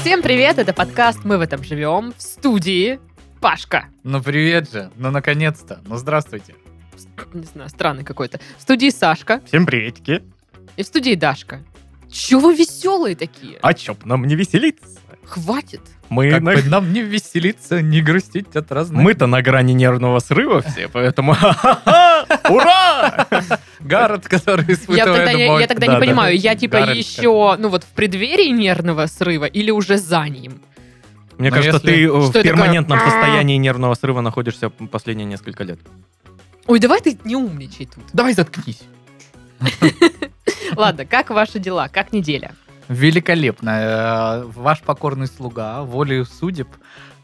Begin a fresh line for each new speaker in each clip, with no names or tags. Всем привет, это подкаст «Мы в этом живем» в студии Пашка.
Ну привет же, ну наконец-то, ну здравствуйте.
Не знаю, странный какой-то. В студии Сашка
Всем приветики.
и в студии Дашка. Чего вы веселые такие?
А чё б нам не веселиться?
Хватит.
Мы
Как
на-
бы нам не веселиться, не грустить от разных
Мы-то на грани нервного срыва все, поэтому ура!
гарод, который
Я
испытывает
тогда, я,
боль.
я тогда
Да,
не
да.
понимаю, я типа
Гарольд,
еще, ну вот в преддверии нервного срыва или уже за ним?
Мне
Но
кажется,
если-
ты э, в
Что я такая?
А.
перманентном состоянии нервного срыва находишься последние несколько лет.
Ой, давай ты не умничай тут.
Давай заткнись.
Ладно, как ваши дела? Как неделя?
Великолепно. Э, Ваш покорный слуга, волею судеб,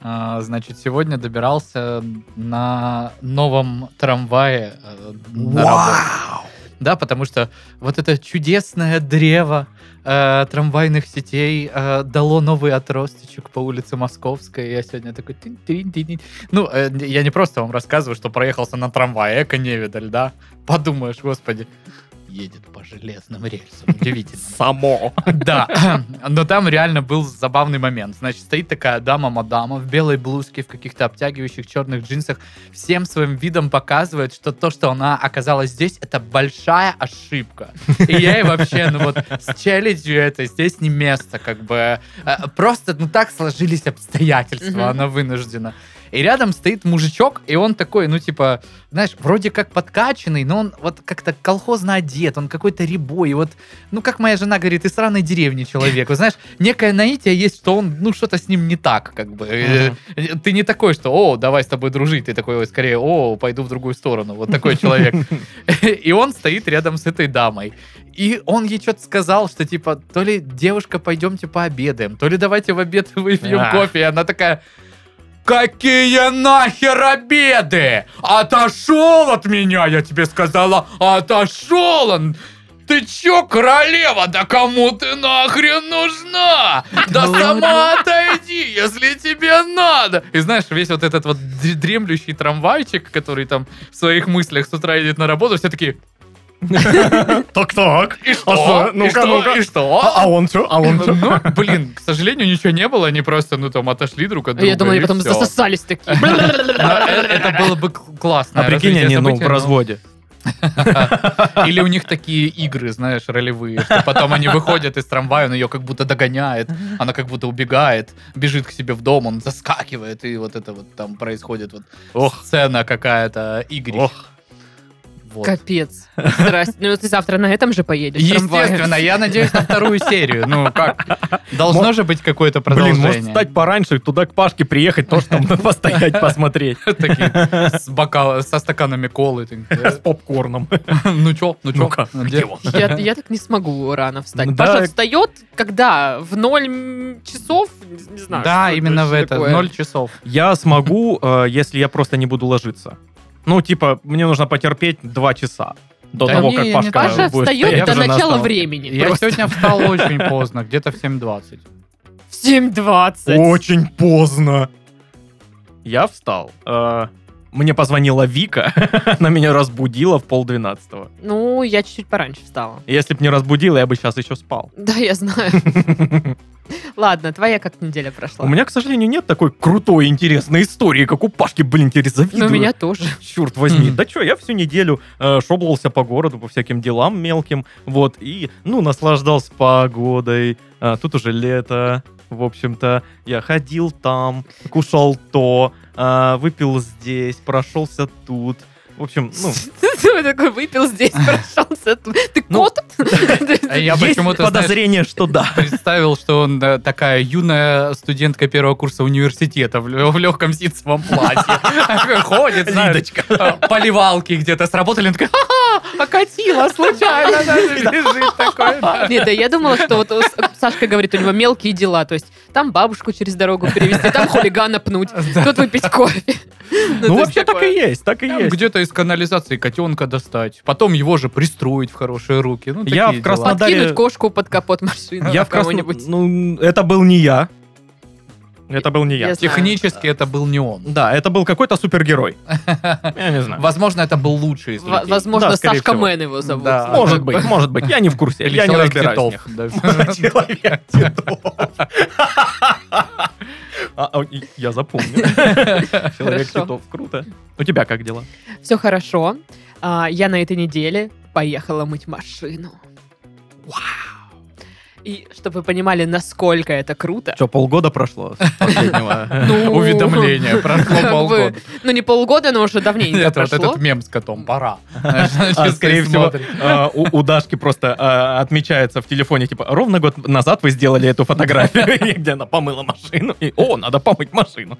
э, значит, сегодня добирался на новом трамвае э, на работу. Да, потому что вот это чудесное древо э, трамвайных сетей э, дало новый отросточек по улице Московской. И я сегодня такой... тынь-тынь-тынь. Ну, э, я не просто вам рассказываю, что проехался на трамвае, эко невидаль, да? Подумаешь, господи, едет по железным рельсам. Удивительно.
Само.
Да, но там реально был забавный момент. Значит, стоит такая дама-мадама в белой блузке, в каких-то обтягивающих черных джинсах. Всем своим видом показывает, что то, что она оказалась здесь, это большая ошибка. И я ей вообще, ну вот, с челленджью это здесь не место, как бы. Э, Просто, ну так сложились
Мгм.
обстоятельства, она вынуждена. И рядом стоит мужичок, и он такой, ну типа, знаешь, вроде как подкачанный, но он вот как-то колхозно одет, он какой-то ребой, и вот, ну, как моя жена говорит, из сраной деревни человек, вот знаешь, некое наитие есть, что он, ну, что-то с ним не так, как бы. Э, э, Ты не такой, что, о, давай с тобой дружить, ты такой, ой, скорее, о, пойду в другую сторону, вот такой человек. И он стоит рядом с этой дамой. И он ей что-то сказал, что типа, то ли девушка, пойдемте пообедаем, то ли давайте в обед выпьем
Ах.
кофе. И она такая, Какие нахер обеды? Отошел от меня, я тебе сказала. Отошел он. Ты чё, королева, да кому ты нахрен нужна? Да сама отойди, если тебе надо. И знаешь, весь вот этот вот др- дремлющий трамвайчик, который там в своих мыслях с утра едет на работу, все такие,
Так-так.
и
А
что?
что?
И
Ну-ка,
что?
ну-ка».
И
А
что?
а он что? А он что?
Ну, блин, к сожалению, ничего не было, они просто, ну, там, отошли друг от друга.
А Я думала,
и
они потом
всё.
засосались такие.
Но э- Это было бы к- классно.
А прикинь,
развитие
они ну, в
события, но-
разводе.
Или у них такие игры, знаешь, ролевые, что потом они выходят из трамвая, он ее как будто догоняет, она как будто убегает, бежит к себе в дом, он заскакивает, и вот это вот там происходит вот
Ох.
сцена какая-то игры.
Ох.
Вот.
Капец. Здрасте. Ну ты завтра на этом же поедешь. в трамвае.
Естественно, я надеюсь на вторую серию. Ну как? Должно же быть какое-то
Блин,
продолжение.
может встать пораньше, туда к Пашке приехать, тоже там постоять, посмотреть.
Такие с бокал- со стаканами колы. так,
С попкорном.
Ну чё, ну чё?
Ну-ка,
Где-
где он?
Я, я так не смогу рано встать.
Ну
Паша
да.
встает, когда? В ноль м, часов? Не знаю.
Да,
что
именно в
вообще
это.
такое.
Ноль часов.
Я смогу, э, если я просто не буду ложиться. Ну, типа, мне нужно потерпеть два часа до
Да
того,
не, не,
как Пашка
Паша
будет
встает
стоять
до
уже на
начала
остановке.
времени.
Я
Просто
сегодня встал очень поздно, где-то в 7.20.
В 7.20.
Очень поздно. Я встал. Э, Мне позвонила Вика, она меня разбудила в полдвенадцатого.
Ну, я чуть-чуть пораньше встала.
Если б не разбудила, я бы сейчас еще спал.
Да, я знаю. Ладно, твоя как неделя прошла?
У меня, к сожалению, нет такой крутой, интересной истории, как у Пашки, блин, теперь
Ну,
завидую.
у меня тоже.
Черт возьми.
Мгм.
Да что, я всю неделю э, шоблался по городу, по всяким делам мелким. Вот, и, ну, наслаждался погодой. А, тут уже лето. В общем-то, я ходил там, кушал то, а, выпил здесь, прошелся тут. В общем, ну...
Ты такой выпил здесь, прошелся. тут. Ты
Ну,
кот?
А я
есть
почему-то, знаешь,
подозрение, что да.
представил, что он э, такая юная студентка первого курса университета в, лё- в легком ситцевом платье. Ходит, знаешь,
Лидочка.
э, поливалки где-то сработали, он такой, ха-ха, окатила случайно, даже лежит такой. да.
Нет, да, я думала, что вот у С- Сашка говорит, у него мелкие дела, то есть там бабушку через дорогу перевести, там хулигана пнуть, тут выпить кофе.
Ну, вообще так и есть, так и
Там
есть.
Где-то из канализации котенка достать, потом его же пристроить в хорошие руки. Ну,
Я
такие
в
дела.
Краснодар-
Подкинуть
Краснодаре-
кошку под капот машины.
Я в Красно-
кого-нибудь.
Ну, это был не я. Это был не я.
Я знаю.
Технически это был не он.
Да, это был какой-то супергерой. Я не знаю.
Возможно, это был лучший из
Во-
людей.
Возможно,
Да, скорее
Сашка
всего.
Мэн его зовут.
Да.
Может быть, может быть. Я не в курсе.
Или
Я не
человек
разбираюсь. в
китов.
них.
Да.
Человек А, Я запомнил. Человек
Хорошо.
китов. Круто. У тебя как дела?
Все хорошо. А, я на этой неделе поехала мыть машину. И чтобы вы понимали, насколько это круто.
Что, полгода прошло с последнего?
Ну,
Уведомление прошло
как бы,
полгода.
Ну, не полгода, но уже давненько
Нет, вот
прошло.
этот мем с котом, пора.
А, скорее всего,
Смотрит.
э, у, у Дашки просто э, отмечается в телефоне, типа, ровно год назад вы сделали эту фотографию, где она помыла машину, и, о, надо помыть машину.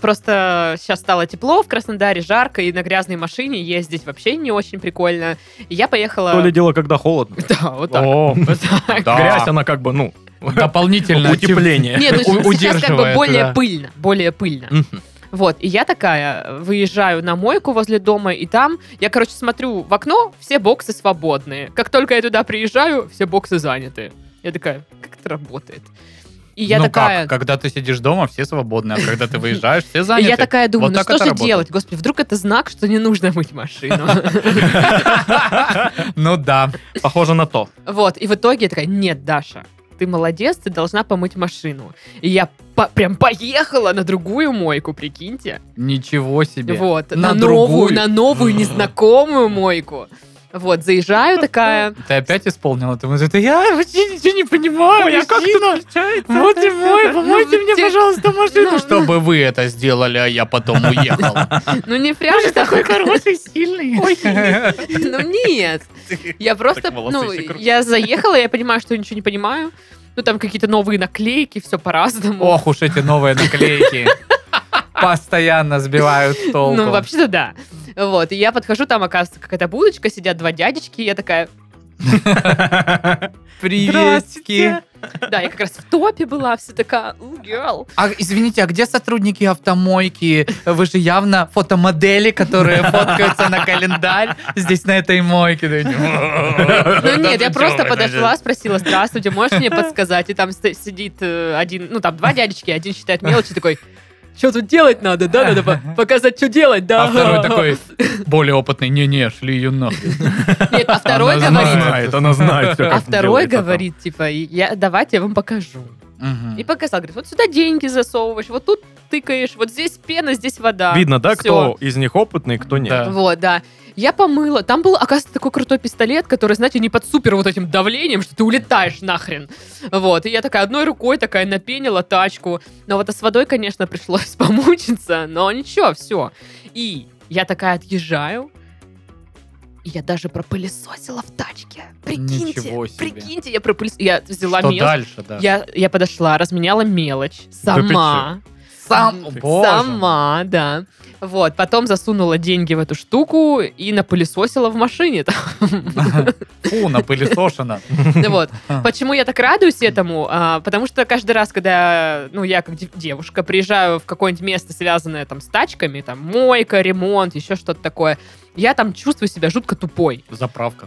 Просто сейчас стало тепло в Краснодаре, жарко, и на грязной машине ездить вообще не очень прикольно. И я поехала...
То ли дело, когда холодно.
Да, вот так.
О,
Вот так.
Да.
грязь, она как бы, ну,
Дополнительно.
утепление.
Нет, ну,
У-
сейчас как бы
удерживает,
более
да.
пыльно, более пыльно.
Мгм.
Вот, и я такая, выезжаю на мойку возле дома, и там, я, короче, смотрю в окно, все боксы свободные. Как только я туда приезжаю, все боксы заняты. Я такая, как это работает? И я
ну
такая...
как, когда ты сидишь дома, все свободны, а когда ты выезжаешь, все заняты.
И я такая думаю, ну
Вот так
что
это
же
работает.
делать? Господи, вдруг это знак, что не нужно мыть машину.
Ну да.
Похоже на то.
Вот, и в итоге я такая, нет, Даша, ты молодец, ты должна помыть машину. И я по- прям поехала на другую мойку, прикиньте.
Ничего себе.
Вот,
На
на, новую,
другую?
на новую незнакомую мойку. Вот, заезжаю такая.
Ты опять исполнил эту музыку? Я вообще ничего не понимаю.
Ой, а как тут
Вот и мой, помойте
Ну,
мне,
те-
пожалуйста,
ну,
машину. Чтобы вы это сделали, а я потом уехал.
Ну не прям же такой
хороший, сильный.
Ну нет. Я просто,
Так волосы
ну,
еще круче.
я заехала, я понимаю, что ничего не понимаю. Ну там какие-то новые наклейки, все по-разному.
Ох уж эти новые наклейки. Постоянно сбивают с толку.
Ну вообще-то да. Вот, и я подхожу, там оказывается какая-то будочка, сидят два дядечки, и я такая,
Приветики.
да, я как раз в топе была, все такая, «Ooh, girl.
А извините, а где сотрудники автомойки? Вы же явно фотомодели, которые фоткаются на календарь здесь на этой мойке. Да эти,
Ну нет, я
ты
просто
чё,
подошла, спросила, здравствуйте, можешь мне подсказать? И там сто- сидит э, один, ну там два дядечки, один считает мелочи, такой, что тут делать надо, да, надо по- показать, что делать, да.
А второй такой, более опытный, не-не, шли ее нахуй.
Нет, а второй
Она
Она
говорит,
знает, она знает всё,
а
как
второй
делается там.
говорит, типа, я, давайте я вам покажу.
Мгм.
И показал, говорит, вот сюда деньги засовываешь, вот тут тыкаешь, вот здесь пена, здесь вода.
Видно, да,
Всё.
кто из них опытный, кто
Да.
нет.
Вот, да. Я помыла. Там был, оказывается, такой крутой пистолет, который, знаете, не под супер вот этим давлением, что ты улетаешь нахрен. Вот. И я такая одной рукой такая напенила тачку. Но вот а с водой, конечно, пришлось помучиться, но ничего, все. И я такая отъезжаю. И я даже пропылесосила в тачке. Прикиньте,
Ничего себе.
прикиньте, я пропылесосила. Я взяла
Что
мелочь.
дальше, да?
Я, я подошла, разменяла мелочь сама.
Сам,
М,
боже.
Сама, да. Вот, потом засунула деньги в эту штуку и напылесосила в машине. там.
Фу, напылесошено.
Вот. Почему я так радуюсь этому? А, Потому что каждый раз, когда, ну, я как дев- девушка приезжаю в какое-нибудь место, связанное там с тачками, там, мойка, ремонт, еще что-то такое, я там чувствую себя жутко тупой.
Заправка.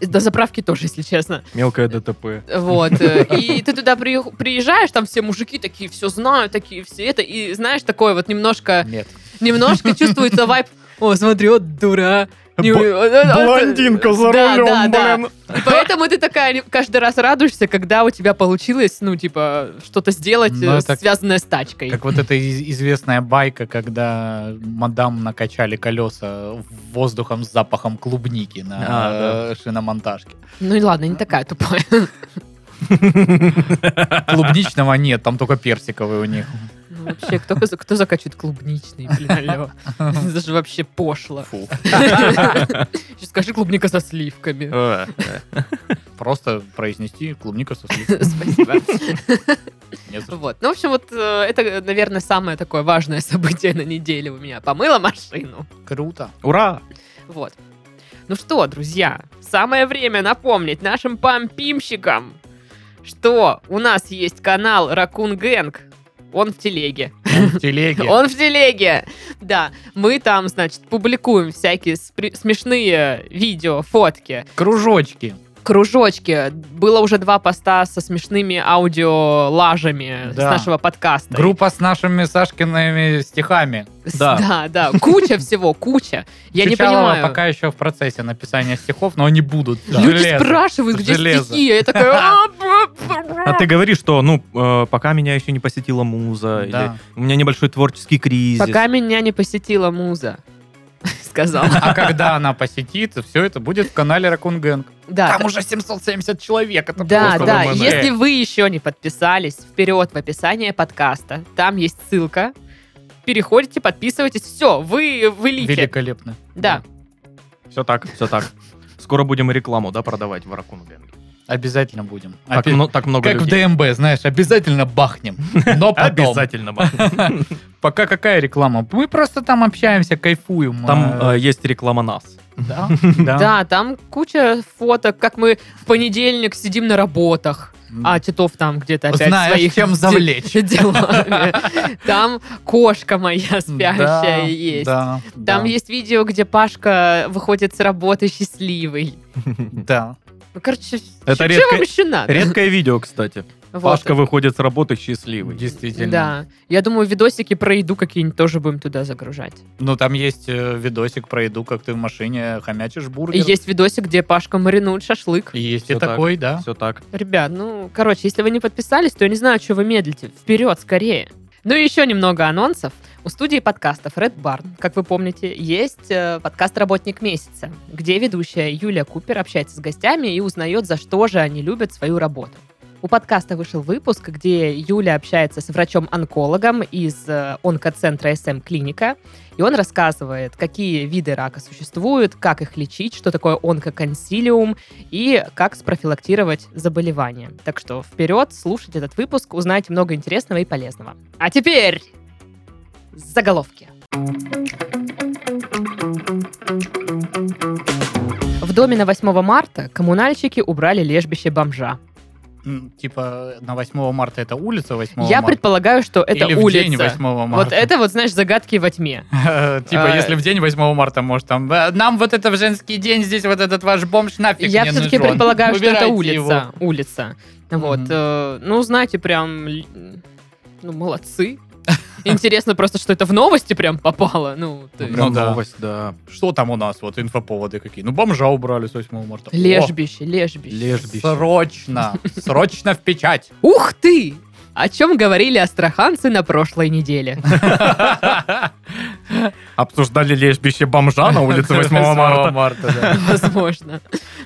До заправки тоже, если честно.
Мелкое ДТП.
Вот. э, И ты туда при- приезжаешь, там все мужики такие все знают, такие все это. И знаешь, такое вот немножко,
Нет.
немножко чувствуется вайб. О, смотри, вот дура. Не- э,
Бо-
э,
Блондинка за
Да, да,
рулем,
да.
блин.
И поэтому ты такая не- каждый раз радуешься, когда у тебя получилось, ну, типа, что-то сделать,
Ну,
э,
это-
связанное с тачкой.
Как вот эта из- известная байка, когда мадам накачали колеса воздухом с запахом клубники на
А,
э, шиномонтажке.
Ну и ладно, не такая тупая.
Клубничного нет, там только персиковый у них.
Ну, вообще, кто, кто закачивает клубничный, блин, алло. Это же вообще пошло.
Фу.
Сейчас Скажи клубника со сливками.
Э,
Просто произнести клубника со сливками.
Спасибо.
Не за что.
Вот. Ну, в общем, вот э, это, наверное, самое такое важное событие на неделе у меня. Помыла машину.
Круто.
Ура!
Вот. Ну что, друзья, самое время напомнить нашим помпимщикам, что у нас есть канал Ракун Гэнг. Он в телеге.
Он в телеге.
Он в телеге. Да, мы там, значит, публикуем всякие спри- смешные видео, фотки.
Кружочки.
кружочки. Было уже два поста со смешными аудиолажами с
Да.
нашего подкаста.
Группа с нашими Сашкиными стихами.
С-
да.
Да, да. Куча всего, куча. Я не
Чучалова
понимаю.
пока еще в процессе написания стихов, но они будут.
Люди
Железо.
спрашивают, где
Железо.
стихи. Я такая... «А, бра, бра, бра».
А ты говоришь, что, ну, э, пока меня еще не посетила муза,
Да.
или у меня небольшой творческий кризис.
Пока меня не посетила муза. Сказал.
А когда она посетит, все это будет в канале Ракун Гэнг.
Да,
Там уже 770 человек. Это
Да,
просто
да.
ВМД.
Если вы еще не подписались, вперед в описание подкаста. Там есть ссылка. Переходите, подписывайтесь. Все, вы в элите.
Великолепно.
Да.
Все так, все так. Скоро будем рекламу, да, продавать в Ракун
Обязательно будем.
Так,
Опе-
мно- так много
А Как в
людей.
ДМБ, знаешь, обязательно бахнем. Но потом.
Обязательно. Макс.
Пока какая реклама? Мы просто там общаемся, кайфуем.
Там
Э,
э, есть реклама нас.
да,
Да. там куча фоток, как мы в понедельник сидим на работах. А Титов там где-то опять
Знаешь,
своих
чем
де-
завлечь.
делами. Там кошка моя спящая есть.
Да,
Там
да,
есть видео, где Пашка выходит с работы счастливый.
Да.
Ну, короче,
Это
чё- чё
редко-
вам еще надо?
Редкое видео, кстати.
Вот.
Пашка выходит с работы счастливый.
Действительно.
Да. Я думаю, видосики про еду какие-нибудь тоже будем туда загружать.
Ну, там есть э, видосик про еду, как ты в машине хомячишь бургер.
И есть видосик, где Пашка маринует шашлык.
И есть и
Всё так.
такой, да.
Все так.
Ребят, ну, короче, если вы не подписались, то я не знаю, что вы медлите. Вперед, скорее. Ну и еще немного анонсов. У студии подкастов Red Barn, как вы помните, есть э, подкаст «Работник месяца», где ведущая Юлия Купер общается с гостями и узнает, за что же они любят свою работу. У подкаста вышел выпуск, где Юля общается с врачом-онкологом из э, онкоцентра СМ Клиника, и он рассказывает, какие виды рака существуют, как их лечить, что такое онкоконсилиум и как спрофилактировать заболевание. Так что вперед, слушайте этот выпуск, узнаете много интересного и полезного. А теперь заголовки. В доме на 8 марта коммунальщики убрали лежбище бомжа.
М, Типа на 8 марта это улица 8
Я
марта.
предполагаю, что это
Или
улица.
в день 8 марта.
Вот это вот, знаешь, загадки во тьме.
Типа,
А,
если в день 8 марта, может, там, «Э, нам вот это в женский день, здесь вот этот ваш бомж нафиг
Я
не
все-таки
нужен.
предполагаю, что это
Выбирайте
улица.
его».
Улица. Вот.
Мгм.
э, Ну, знаете, прям... л- Ну, молодцы. Интересно просто, что это в новости прям попало. Ну, то есть-
прям да.
новость, да.
Что там у нас, вот инфоповоды какие? Ну, бомжа убрали с 8 марта. О,
Лежбище, лежбище.
Лежбище.
Срочно, срочно в печать.
Ух ты! О чем говорили астраханцы на прошлой неделе?
Обсуждали лежбище бомжа на улице 8 марта.
да.
Возможно.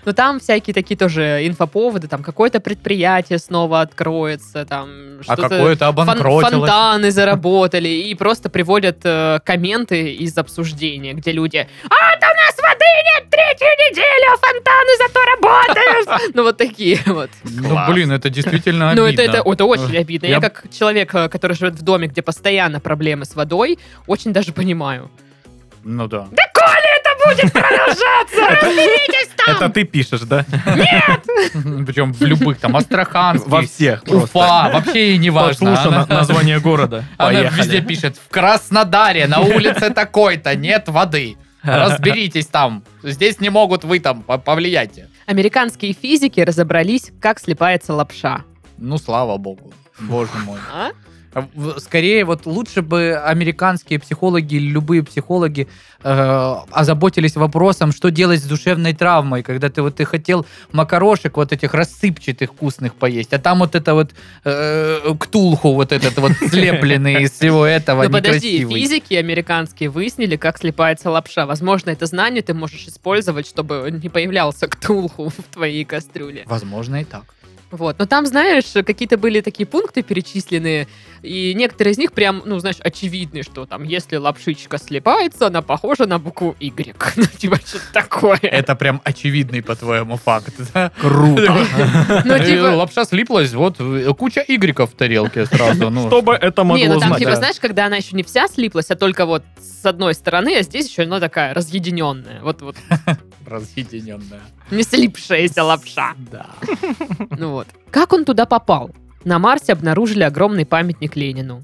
Но там всякие такие тоже инфоповоды, там какое-то предприятие снова откроется, там
А
что-то...
какое-то
Фон-
обанкротилось.
фонтаны заработали и просто приводят э, комменты из обсуждения, где люди «А, да у нас воды нет третью неделю, а фонтаны зато работают!» Ну, вот такие вот.
Ну, блин, это действительно
Ну, это, это,
обидно.
это очень обидно. Я
Я-
как человек, э, который живет в доме, где постоянно проблемы с водой, очень даже понимаю.
Ну, да.
Это ты пишешь, да?
Причем в любых, там, Астраханский,
Во всех просто.
Уфа, вообще и не важно.
Послушано
Она-
название города.
Она
Поехали.
везде пишет, в Краснодаре на улице такой-то нет воды. Разберитесь там. Здесь не могут вы там по- повлияйте.
Американские физики разобрались, как слипается лапша.
Ну, слава богу. Боже мой.
А?
В- Скорее, вот лучше бы американские психологи или любые психологи э, озаботились вопросом, что делать с душевной травмой, когда ты вот ты хотел макарошек вот этих рассыпчатых вкусных поесть, а там вот это вот э, ктулху вот этот вот слепленный из всего этого
Ну подожди,
некрасивый.
физики американские выяснили, как слипается лапша. Возможно, это знание ты можешь использовать, чтобы не появлялся ктулху в твоей кастрюле.
Возможно, и так.
Вот. Но там, знаешь, какие-то были такие пункты перечисленные, и некоторые из них прям, ну, знаешь, очевидны, что там, если лапшичка слипается, она похожа на букву Y. Ну, типа, что-то такое.
Это прям очевидный, по-твоему, факт. да? «Э,
Круто.
Ну, типа...
Лапша слиплась, вот э, куча игреков в тарелке сразу. ну.
Что бы это
Не, ну там,
могло значить?
типа,
да.
знаешь, когда она еще не вся слиплась, а только вот с одной стороны, а здесь еще она такая разъединенная. Вот, вот
Разъединенная.
не слипшаяся лапша.
Да.
Ну вот. Как он туда попал? На Марсе обнаружили огромный памятник Ленину.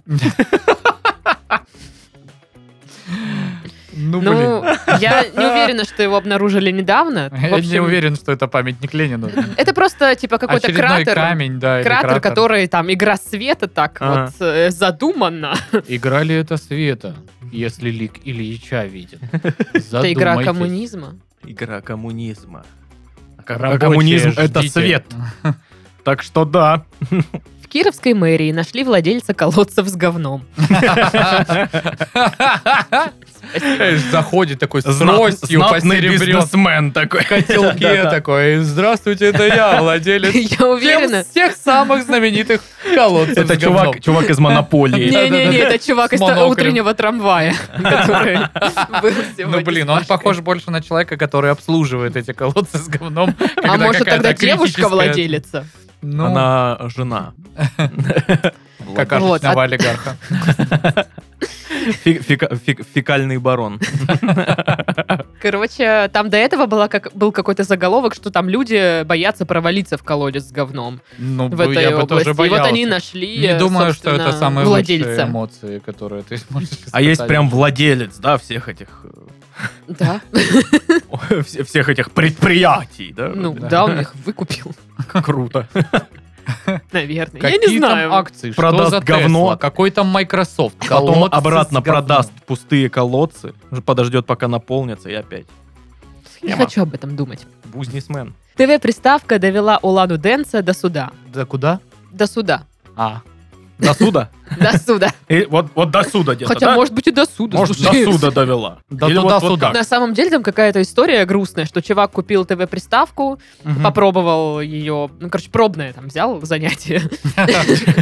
Ну,
Ну,
блин.
я не уверена, что его обнаружили недавно. В
Я не
общем,
уверен, что это памятник Ленину.
Это просто, типа, какой-то
Очередной
кратер.
камень, а да. или
Кратер, который там игра света так
А.
Ага.
вот э, задумана.
Игра ли это Света, если лик Ильича видит?
Это игра
Задумайтесь.
коммунизма.
Игра коммунизма.
Рабочие,
Коммунизм это
ждите.
свет. Так что да.
В Кировской мэрии нашли владельца колодцев с говном.
Знаешь, Заходит такой с
Зна-
ростью
знатный
посеребрен.
бизнесмен такой.
В котелке такой. Здравствуйте, это я, владелец.
Я
Тем
уверена.
всех самых знаменитых колодцев.
Это
с говном.
чувак, чувак из монополии.
Не-не-не, это чувак
С
из того
моноклем.
утреннего трамвая, который был сегодня.
Ну, блин, он похож больше на человека, который обслуживает эти колодцы с говном.
А
когда
может,
какая-то
тогда девушка
критическая-
владелица?
Ну,
Она жена.
как
Вот, а
аршечного олигарха.
Фи- фика- фи- Фекальный барон.
Короче, там до этого была как, был какой-то заголовок, что там люди боятся провалиться в колодец с говном
Ну,
в
б-
этой
я бы
области.
тоже
И вот
боялся.
они нашли,
Не
э,
думаю, что это
собственно,
самые лучшие
владельца.
эмоции, которые ты можешь
А есть
испытать.
прям владелец, да, всех этих
Да,
э, вс- всех этих предприятий, да?
ну
Да.
да, он их выкупил,
Круто.
наверное. Я
Какие
не знаю.
там акции? Что
Продаст
за
говно.
Tesla? Какой там Microsoft?
Потом
Колодцы
обратно
с говном.
продаст пустые колодцы, подождет, пока наполнятся, и опять.
Не хочу об этом думать.
Бузнесмен.
ТВ-приставка довела Уладу Денса до суда.
Да куда?
До суда.
А.
До суда?
До суда.
И Вот вот до суда где-то,
Хотя,
да?
может быть, и до суда.
Может,
слушай.
до суда довела.
Да
Или
то
вот-
до
вот
суда.
как?
На самом деле там какая-то история грустная, что чувак купил ТВ-приставку,
Мгм.
попробовал ее, ну, короче, пробное там взял занятие,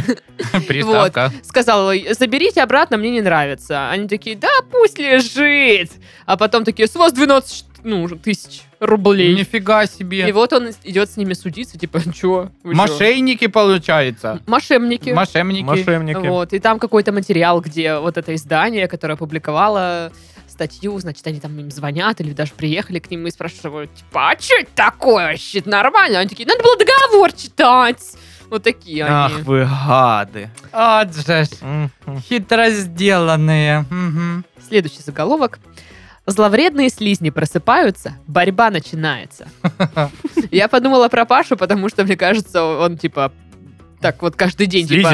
Приставка.
сказал, заберите обратно, мне не нравится. Они такие, да пусть лежит. А потом такие, с вас 12 ш- ну, тысяч рублей.
Нифига
И
себе.
вот он идет с ними судиться, типа, чё? вы чё?»
Мошенники, получается.
Мошенники.
Мошенники.
Мошенники.
Вот, и там какой-то материал, где вот это издание, которое опубликовало статью, значит, они там им звонят или даже приехали к ним и спрашивают, типа, а что это такое вообще? Это нормально? Они такие, надо было договор читать. Вот такие
Ах
они.
вы гады.
Вот же ж. Хитро сделанные. Мгм.
Следующий заголовок. Зловредные слизни просыпаются, борьба начинается. Я подумала про Пашу, потому что, мне кажется, он, типа, так вот каждый день, типа...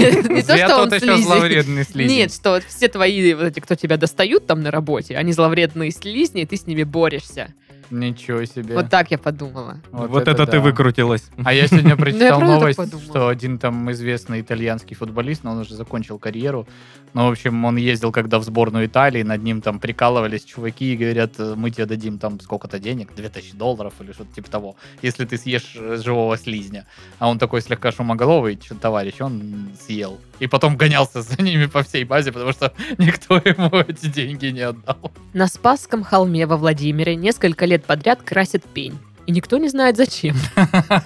Нет, не то,
Я
что он
тот еще
слизень.
зловредный слизень.
Нет, что вот все твои, вот эти, кто тебя достают там на работе, они зловредные слизни, и ты с ними борешься.
Ничего себе.
Вот так я подумала.
Вот это ты
да.
выкрутилась.
А я сегодня прочитал
правда так
новость,
подумала.
что один там известный итальянский футболист, но он уже закончил карьеру. Ну, в общем, он ездил когда в сборную Италии, над ним там прикалывались чуваки и говорят, «Э, мы тебе дадим там сколько-то денег, 2000 долларов или что-то типа того, если ты съешь э, живого слизня. А он такой слегка шумоголовый чё- товарищ, он съел. И потом гонялся за ними по всей базе, потому что никто ему эти деньги не отдал.
На Спасском холме во Владимире несколько лет подряд красят пень. И никто не знает зачем.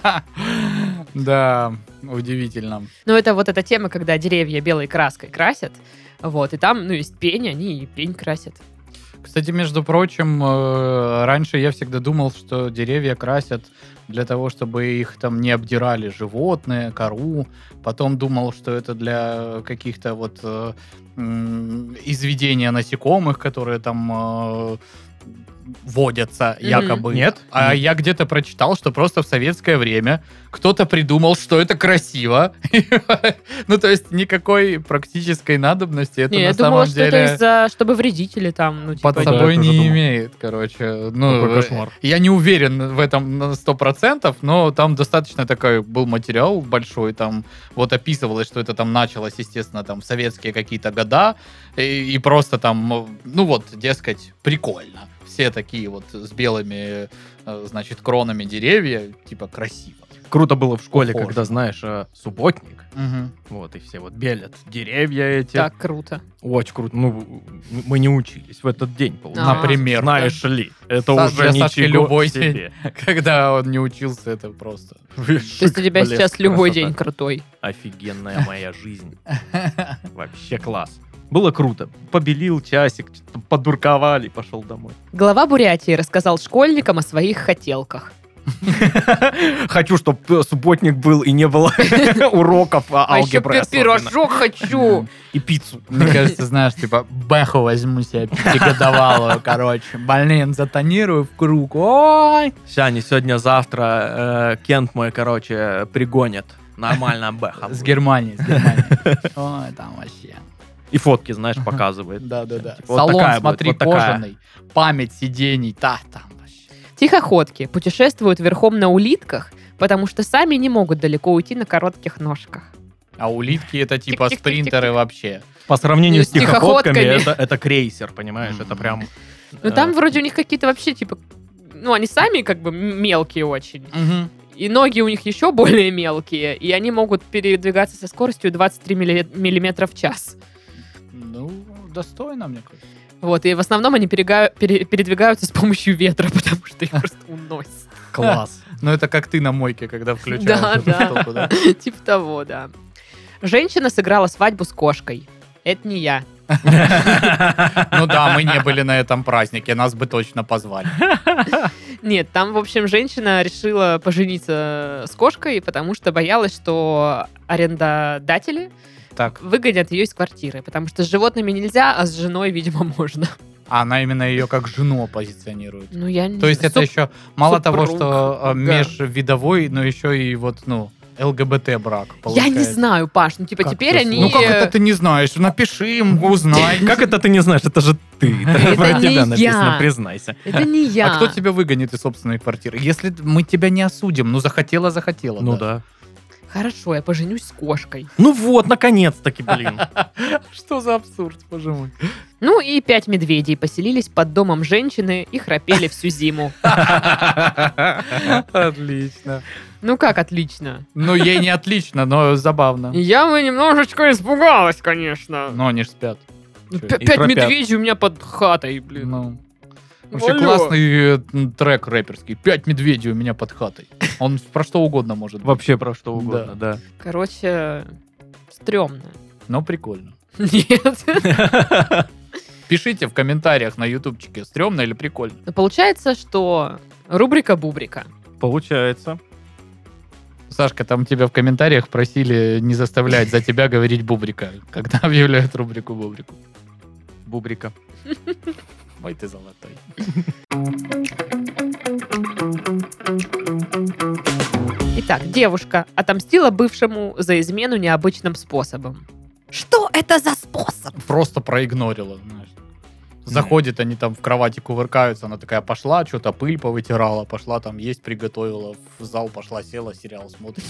Да, удивительно.
Но это вот эта тема, когда деревья белой краской красят. Вот, и там, ну, есть пень, они и пень красят.
Кстати, между прочим, э, раньше я всегда думал, что деревья красят для того, чтобы их там не обдирали животные, кору. Потом думал, что это для каких-то вот э, м, изведения насекомых, которые там э, водятся
Мгм.
якобы.
Нет?
А я где-то прочитал, что просто в советское время кто-то придумал, что это красиво. Ну, то есть никакой практической надобности это
Не, я
на
думала,
самом
что это
деле
из-за, чтобы вредители там, ну, типа...
под
Да,
собой
я тоже
не
думал.
имеет, короче. Ну,
Какой кошмар.
Я не уверен в этом на 100%, но там достаточно такой был материал большой, там вот описывалось, что это там началось, естественно, там в советские какие-то года, и, и просто там, ну вот, дескать, прикольно. Все такие вот с белыми, э, значит, кронами деревья, типа красиво.
Круто было в школе,
Похоже.
когда, знаешь, э, субботник. Вот, и все вот белят деревья эти.
Так круто.
Очень круто. Ну, м- мы не учились в этот день, получается.
Например.
Знаешь ли, это
Са-
уже
для Сашки
ничего
любой
себе.
Когда он не учился, это просто...
То есть у тебя сейчас любой день крутой.
Офигенная моя жизнь. Вообще класс. Было круто. Побелил часик, чё-то подурковали, пошел домой.
Глава Бурятии рассказал школьникам о своих хотелках.
Хочу, чтобы субботник был и не было уроков а,
А еще
алгебры.
пи-
особенно.
пирожок хочу.
И пиццу.
Мне кажется, знаешь, типа, бэху возьму себе пятигодовалую, короче. Блин, затонирую в круг. Ой!
Сяни, сегодня-завтра э, Кент мой, короче, пригонит. Нормально бэха.
С
будет.
Германии, с Германии. Ой, там вообще.
И фотки, знаешь, показывает.
Да-да-да.
Типа, вот
Салон,
такая будет,
смотри,
вот такая.
кожаный. Память сидений. Да, там вообще.
Тихоходки путешествуют верхом на улитках, потому что сами не могут далеко уйти на коротких ножках.
А улитки это типа
Тик-тик-тик-тик-тик.
спринтеры вообще.
По сравнению
Ну,
с
с тихоходками.
тихоходками, это, это крейсер, понимаешь?
Мгм.
Это прям...
Ну
э,
там вроде у них какие-то вообще типа... Ну, они сами как бы м- мелкие очень. И ноги у них еще более мелкие. И они могут передвигаться со скоростью 23 миллиметра в час.
Ну, достойно, мне кажется.
Вот, и в основном они перега- пере- передвигаются с помощью ветра, потому что их просто уносит.
Класс. Ну, это как ты на мойке, когда
Да,
включаешь эту
да.
штуку, да.
Типа того, да. Женщина сыграла свадьбу с кошкой. Это не я.
э,
Ну да, мы не были на этом празднике, нас бы точно позвали.
Нет, там, в общем, женщина решила пожениться с кошкой, потому что боялась, что арендодатели
Так,
выгонят ее из квартиры, потому что с животными нельзя, а с женой, видимо, можно.
а она именно ее как жену позиционирует.
Ну, я не
То есть это
Суп-
еще мало того,
супруг,
что э,
да.
межвидовой, но еще и вот, ну, ЛГБТ брак
Я
получается.
не знаю, Паш, ну, типа,
Как
теперь
ты
они...
слышал? Ну как это ты не знаешь? Напиши им, узнай.
Как это ты не знаешь? Это же ты. Это
Это
про
не
тебя
я.
написано, признайся.
Это не я.
А кто тебя выгонит из собственной квартиры? Если мы тебя не осудим, ну захотела, захотела. да.
Ну да.
Хорошо, я поженюсь с кошкой.
Ну вот, наконец-таки, блин.
Что за абсурд, боже мой.
Ну и пять медведей поселились под домом женщины и храпели всю зиму.
Отлично.
Ну как отлично.
Ну, ей не отлично, но забавно.
Я бы немножечко испугалась, конечно.
Но они ж спят.
Ну,
Чё,
пя-
и
Пять
храпят.
медведей у меня под хатой, блин.
Ну. Вообще
Алло.
классный э, м, трек рэперский. Пять медведей у меня под хатой. Он про что угодно может быть.
Вообще про что угодно, да.
Короче, стрёмно.
ну,
Но прикольно.
Нет.
Пишите в комментариях на ютубчике, стрёмно или прикольно.
Но Получается, что рубрика Бубрика.
Получается.
Сашка, там тебя в комментариях просили не заставлять за тебя говорить бубрика, когда объявляют рубрику бубрику.
Бубрика.
Ой, ты золотой.
Итак, девушка отомстила бывшему за измену необычным способом. Что это за способ?
Просто проигнорила, знаешь. Заходит, они там в кровати кувыркаются, она такая пошла, что-то пыль повытирала, пошла там есть, приготовила, в зал пошла, села, сериал смотрит.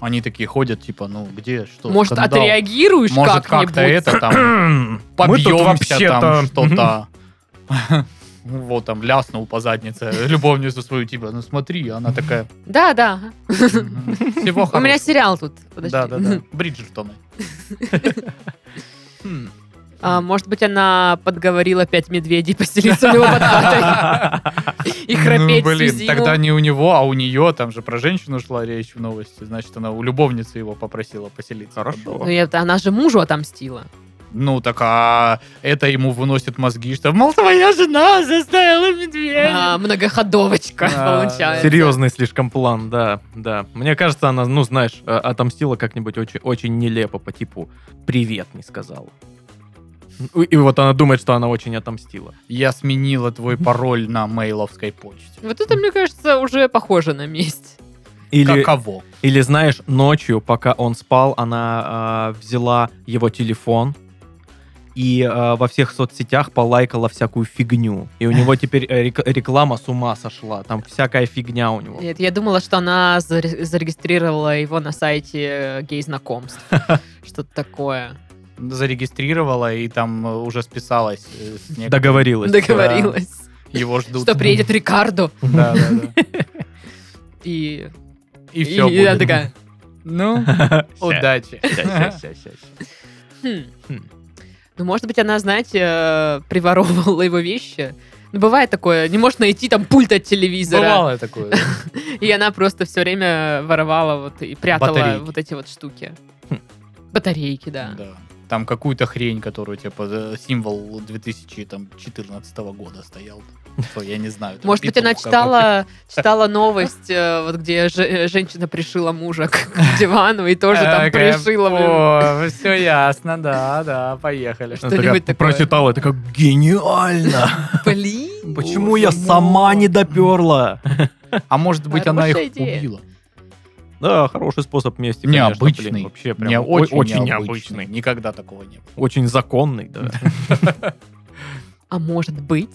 Они такие ходят, типа, ну где, что,
Может,
скандал?
отреагируешь
Может,
как-нибудь?
как-то это там,
Мы тут
побьемся
вообще-то...
там что-то. Ну, Вот там ляснул по заднице любовницу свою, типа, ну смотри, она такая,
Да, да.
«Мгм, всего
У меня
хорошего.
сериал тут. Подожди.
Ну, Да, да, да. Бриджертоны. Хм.
А, может быть, она подговорила пять медведей поселиться у него под хатой и храпеть
ну,
всю
блин,
зиму.
тогда не у него, а у нее, там же про женщину шла речь в новости, значит, она у любовницы его попросила поселиться.
Хорошо.
Ну, я- она же мужу отомстила.
Ну, так а это ему выносит мозги, что, мол, твоя жена заставила медведя.
А, многоходовочка
А,
получается.
Серьезный слишком план, да, да. Мне кажется, она, ну, знаешь, э, отомстила как-нибудь очень, очень нелепо, по типу «привет» не сказала. Ну, И вот она думает, что она очень отомстила.
Я сменила твой пароль на мейловской почте.
Вот это, мне кажется, уже похоже на месть.
Или,
Каково?
или знаешь, ночью, пока он спал, она э, взяла его телефон и э, во всех соцсетях полайкала всякую фигню. И у него теперь э, рек- реклама с ума сошла. Там всякая фигня у него.
Нет, я думала, что она заре- зарегистрировала его на сайте э, гей-знакомств. Что-то такое.
Зарегистрировала и там э, уже списалась. э, с некоторыми.
Договорилась.
Договорилась.
Его ждут.
Что приедет Рикардо.
Да, да, да.
И,
И все
и она
будет.
такая...
Ну, удачи.
«Хм».
Хм.
Ну, может быть, она, знаете, э, приворовывала его вещи. Ну, бывает такое, не может найти там пульт от телевизора.
Бывало такое.
И она просто все время воровала вот и прятала
Батарейки.
вот эти вот штуки.
Хм.
Батарейки, да.
Да. там какую-то хрень, которую типа за- символ 2014 года стоял. Что, я не знаю. там
Может быть, она
петух какой-то.
читала, читала новость, э, вот где же- э, женщина пришила мужа к к дивану и тоже там
Э,
пришила. блин.
О, все ясно, да, да, поехали.
Что-нибудь такое.
Прочитала, это как гениально.
Блин.
Почему я сама не доперла?
А может быть, она их
Хорошая идея.
убила?
Да, хороший способ мести. конечно,
Необычный.
блин, вообще прям
Не-
о-
очень,
очень
необычный.
необычный.
Никогда такого не было.
Очень законный, да.
А может быть,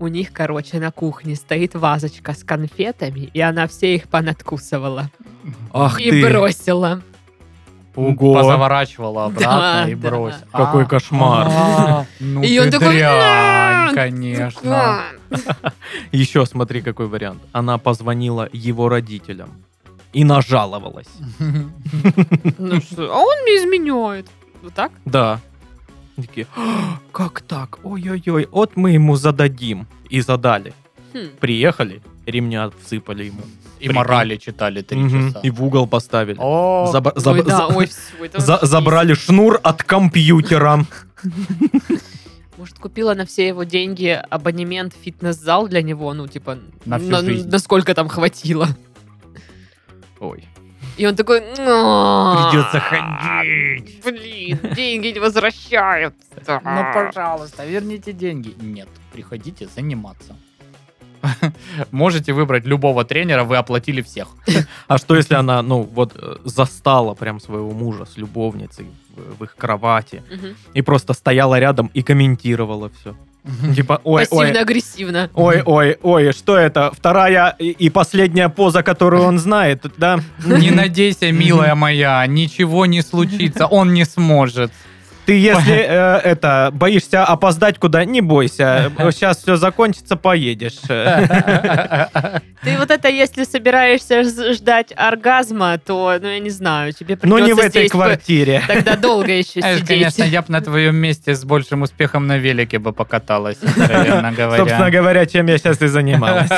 у них, короче, на кухне стоит вазочка с конфетами, и она все их понадкусывала
Ах
и бросила.
Ого.
Позаворачивала обратно
Да,
и
да.
бросила.
Какой
А,
кошмар.
а, Ну
И он
ты
такой,
дрянь,
«Ля,
конечно.
Еще смотри, какой вариант. Она позвонила его родителям и нажаловалась.
Ну что, а он мне изменяет. Вот так?
Да. Такие, «А, как так? Ой-ой-ой, вот мы ему зададим. И задали.
Хм.
Приехали, ремня всыпали ему.
И морали читали три
Мгм.
часа.
И в угол поставили.
О,
Забра-
Ой,
заб-
да,
за-
ой, всё, это
за-
вообще
забрали шнур от компьютера.
пиздец. Может, купила на все его деньги абонемент в фитнес-зал для него, ну, типа,
На всю жизнь.
насколько там хватило.
Ой.
И он такой, «Ну,
Придется ходить».
Блин, деньги не возвращаются.
Ну, пожалуйста, верните деньги. Нет, приходите заниматься. Можете выбрать любого тренера, вы оплатили всех.
А что если она, ну, вот э, застала прям своего мужа с любовницей в, в их кровати
Мгм.
и просто стояла рядом и комментировала все? Типа, ой, ой,
Пассивно-агрессивно.
ой, ой, ой, что это? Вторая и, и последняя поза, которую он знает, да?
Не надейся, милая моя, ничего не случится, он не сможет.
Ты если э, это боишься опоздать куда, не бойся. Сейчас все закончится, поедешь.
Ты вот это, если собираешься з- ждать оргазма, то, ну, я не знаю, тебе
Но
придется
не в этой Э,
здесь по-
квартире.
Тогда долго еще
Знаешь,
сидеть.
конечно, я бы на твоем месте с большим успехом на велике бы покаталась, откровенно
Собственно
говоря.
говоря, чем я сейчас и занималась.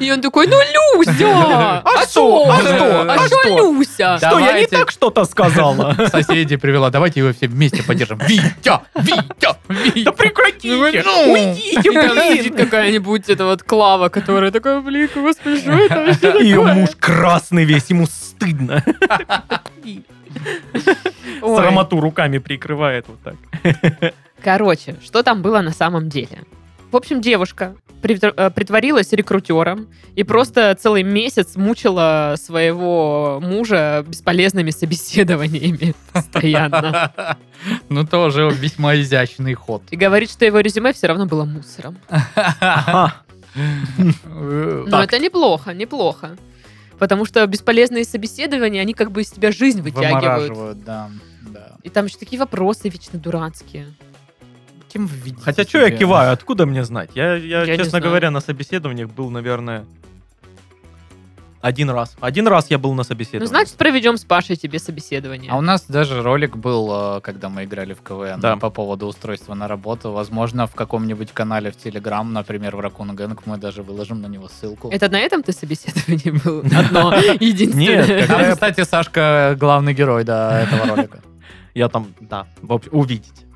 И он такой, ну, Люся!
А что?
А
А
что?
что?
А
А
что,
что?
Люся?
Да.
Что, я не
Давайте.
так что-то сказала?
Соседи привела, давайте его все вместе поддержим. Витя! Витя! Витя!
Да прекратите!
Ну!
Уйдите,
И там
блин!
сидит какая-нибудь эта вот Клава, которая такая, блин, господи, что это вообще
Ее
такое?»
муж красный весь, ему стыдно.
Ой.
Срамоту руками прикрывает вот так.
Короче, что там было на самом деле? В общем, девушка притр- э, притворилась рекрутером и просто целый месяц мучила своего мужа бесполезными собеседованиями постоянно.
Ну, тоже весьма изящный ход.
И говорит, что его резюме все равно было мусором.
А,
Но
Э, Так,
это неплохо, неплохо. Потому что бесполезные собеседования, они как бы из тебя жизнь вытягивают.
вымораживают, да. да.
И там еще такие вопросы вечно дурацкие.
Кем вы видите
Хотя что я
себя?
киваю, откуда мне знать? Я, я,
Я не
честно
знаю.
говоря, на собеседованиях был, наверное, один раз. Один раз я был на собеседовании.
Ну, значит, проведем с Пашей тебе собеседование.
А у нас даже ролик был, э, когда мы играли в КВН,
Да.
по поводу устройства на работу. Возможно, в каком-нибудь канале в Телеграм, например, в Ракун Гэнг, мы даже выложим на него ссылку.
Это на этом ты собеседование был? Одно,
Нет,
единственное.
когда
Там,
я-
кстати, Сашка главный герой да, этого ролика.
Я там, да, в общем, увидеть.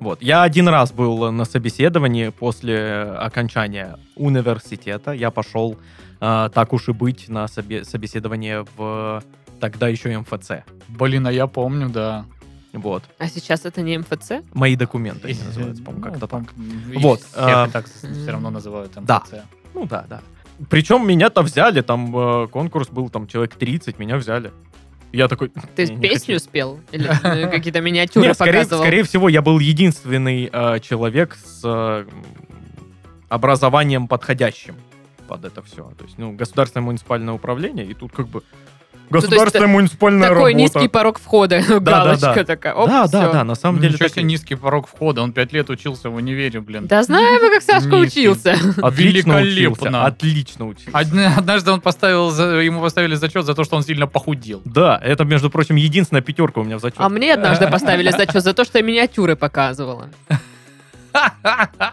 Вот. Я один раз был на собеседовании после э, окончания университета. Я пошел, э, так уж и быть, на собе- собеседование в э, тогда еще МФЦ.
Блин, а я помню, да.
Вот.
А сейчас это не МФЦ?
Мои документы
э,
они называются, по-моему,
Ну,
ну,
как-то так.
Вот.
Вот, а-
так все равно называют МФЦ.
Да. Ну да, да. Причем меня-то взяли, там э, конкурс был, там человек 30, меня взяли. Я такой...
Ты
не
песню
хочу.
спел? Или э, какие-то миниатюры
Нет, скорее,
показывал?
скорее всего, я был единственный э, человек с э, м, образованием подходящим под это все. То есть, ну, государственное муниципальное управление, и тут как бы...
Ну, есть
Государственная муниципальная
Такой
работа.
низкий порог входа, галочка
да.
такая. оп,
Да, да,
всё.
да, на самом деле...
Ну, Ничего себе
так и-
низкий порог входа. Он пять лет учился в универе, блин.
Да знаем мы, как Сашка
Низкий.
учился.
Отлично
Великолепно.
учился, отлично учился.
Одна- Однажды он поставил, за- ему поставили зачет за то, что он сильно похудел.
Да, это, между прочим, единственная пятерка у меня в зачете.
А мне однажды поставили зачет за то, что я миниатюры показывала.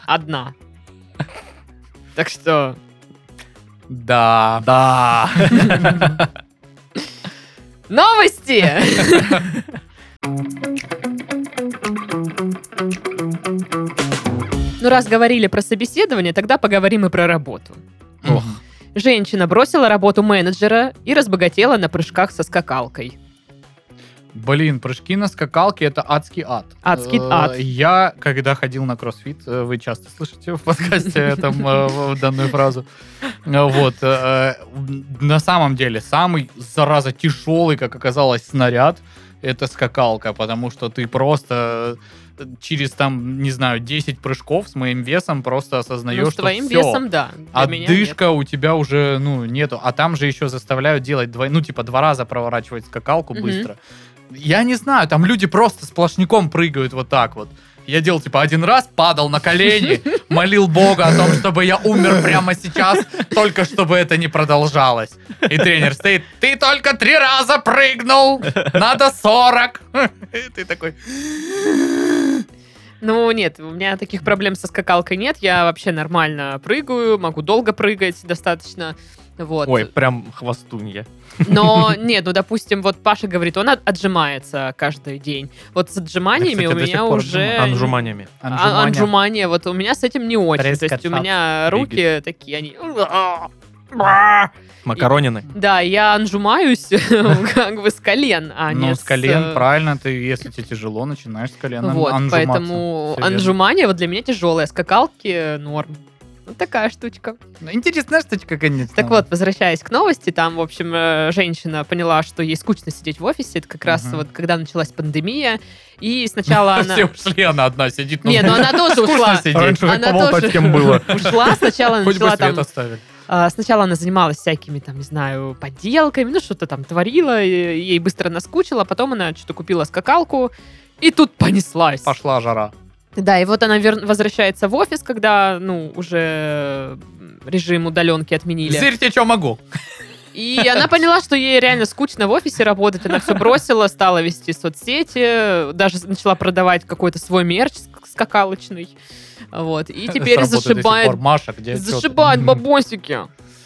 Одна. Так что...
Да. Да.
Новости! Ну, раз говорили про собеседование, тогда поговорим и про работу.
Ох.
Женщина бросила работу менеджера и разбогатела на прыжках со скакалкой.
Блин, прыжки на скакалке это адский ад.
Адский
Э,
ад.
Я, когда ходил на кроссфит, э, вы часто слышите в подкасте этом э, в- данную фразу. Э, Вот. э, На самом деле, самый, зараза, тяжелый, как оказалось, снаряд это скакалка, потому что ты просто э, через там, не знаю, 10 прыжков с моим весом просто осознаешь,
Ну, с
что
твоим
всё,
весом, да. Для меня нет.
Отдышка А у тебя уже, ну, нету. А там же еще заставляют делать, двой... ну, типа, два раза проворачивать скакалку
Мгм.
быстро. Я не знаю, там люди просто сплошняком прыгают вот так вот. Я делал, типа, один раз, падал на колени, молил Бога о том, чтобы я умер прямо сейчас, только чтобы это не продолжалось. И тренер стоит, ты только три раза прыгнул, надо 40. И ты такой,
Ну, нет, у меня таких проблем со скакалкой нет. Я вообще нормально прыгаю, могу долго прыгать достаточно. Вот.
Ой, прям хвостунья.
Но нет, ну, допустим, вот Паша говорит, он от- отжимается каждый день. Вот с отжиманиями
Я, кстати,
у
до сих
меня
пор
уже...
отжимаюсь.
Анжуманями.
А-
«Анжуманя».
Анжумания, вот у меня с этим не очень.
Пресс
То есть у
кататься.
меня руки такие, они...
Макаронины.
Да, я анжумаюсь как бы с колен, а не
Ну, с колен,
э,
правильно, ты, если тебе тяжело, начинаешь с колен ан-
Вот,
анжуматься.
поэтому
Всё верно.
анжумания вот для меня тяжелая, скакалки норм. Вот такая штучка.
Ну, Интересная штучка, конечно.
Так вот, возвращаясь к новости, там, в общем, э, женщина поняла, что ей скучно сидеть в офисе. Это как раз
Мгм.
вот когда началась пандемия. И сначала она...
Все ушли, она одна сидит.
Не, ну она тоже
скучно
ушла.
сидеть.
А Раньше так
Она
поболтать
тоже
кем было.
ушла. Сначала
Хоть бы
начала там
свет оставили.
А, Сначала она занималась всякими, там, не знаю, подделками, ну, что-то там творила, и ей быстро наскучило, а потом она что-то купила скакалку, и тут понеслась.
Пошла жара.
Да, и вот она вер- возвращается в офис, когда, ну, уже м, режим удаленки отменили.
Зырьте, что могу.
И она поняла, что ей реально скучно в офисе работать, она все бросила, стала вести соцсети, даже начала продавать какой-то свой мерч ск- скакалочный. Вот, и теперь
Сработает до сих
зашибает,
пор. Маша, где чё ты?
зашибает бабосики.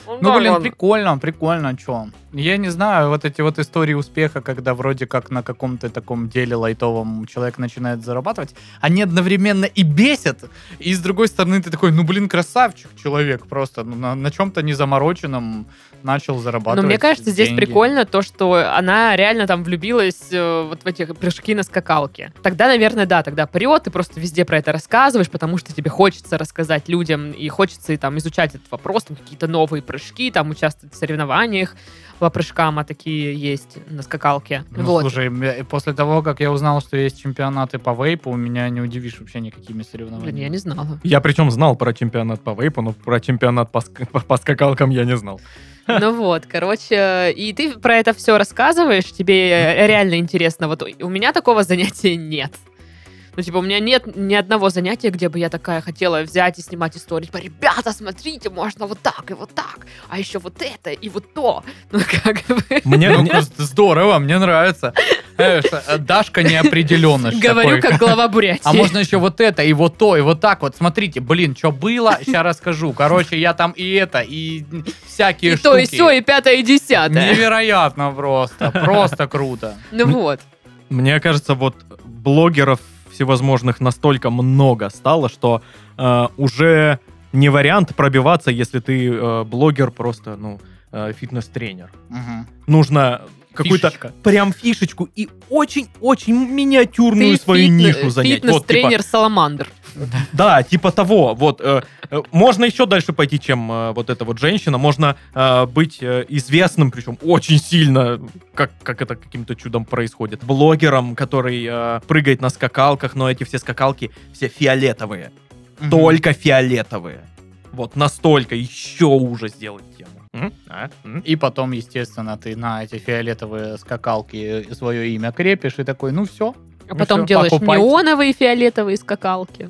Ну,
да,
блин,
ладно.
прикольно, прикольно, что. Я не знаю, вот эти вот истории успеха, когда вроде как на каком-то таком деле лайтовом человек начинает зарабатывать, они одновременно и бесят, и с другой стороны ты такой, ну, блин, красавчик человек просто, ну, на, чем-то незамороченном начал зарабатывать
Но мне кажется, здесь
деньги.
прикольно то, что она реально там влюбилась э, вот в эти прыжки на скакалке. Тогда, наверное, да, тогда прет, ты просто везде про это рассказываешь, потому что тебе хочется рассказать людям и хочется и, там изучать этот вопрос, там какие-то новые прыжки, там участвовать в соревнованиях по прыжкам, а такие есть на скакалке.
Ну,
вот.
слушай, м- после того, как я узнал, что есть чемпионаты по вейпу, у меня не удивишь вообще никакими
Блин,
соревнованиями.
я не знала.
Я причем знал про чемпионат по вейпу, но про чемпионат по, ск- по скакалкам я не знал.
Ну вот, короче, и ты про это все рассказываешь, тебе реально интересно. Вот у меня такого занятия нет. Ну, типа, у меня нет ни одного занятия, где бы я такая хотела взять и снимать историю. Типа, ребята, смотрите, можно вот так и вот так, а еще вот это и вот то. Ну, как бы...
Мне,
Ну,
мне-
просто здорово, мне нравится. Знаешь, э, Дашка неопределенность.
Говорю,
такой.
как глава Бурятии.
А можно еще вот это, и вот то, и вот так вот. Смотрите, блин, что было, сейчас расскажу. Короче, я там и это, и
и
всякие штуки.
то, и все, и пятое, и десятое.
Невероятно просто, просто круто.
Ну вот.
мне кажется, вот блогеров всевозможных настолько много стало, что э, уже не вариант пробиваться, если ты э, блогер просто, ну, э, фитнес-тренер.
Мгм.
Нужно какую-то
Фишечка.
прям фишечку и очень-очень миниатюрную
Ты
свою
фитне-
нишу занять. Вот, типа,
фитнес-тренер Саламандр.
Да, типа того. Вот э, э, можно еще дальше пойти, чем э, вот эта вот женщина. Можно э, быть э, известным, причем очень сильно, как как это каким-то чудом происходит. Блогером, который э, прыгает на скакалках, но эти все скакалки все фиолетовые,
Мгм.
только фиолетовые. Вот настолько еще уже сделать тему. М? А? М?
И потом, естественно, ты на эти фиолетовые скакалки свое имя крепишь и такой, ну все.
А
Ну
потом
всё,
делаешь
покупайте.
неоновые фиолетовые скакалки.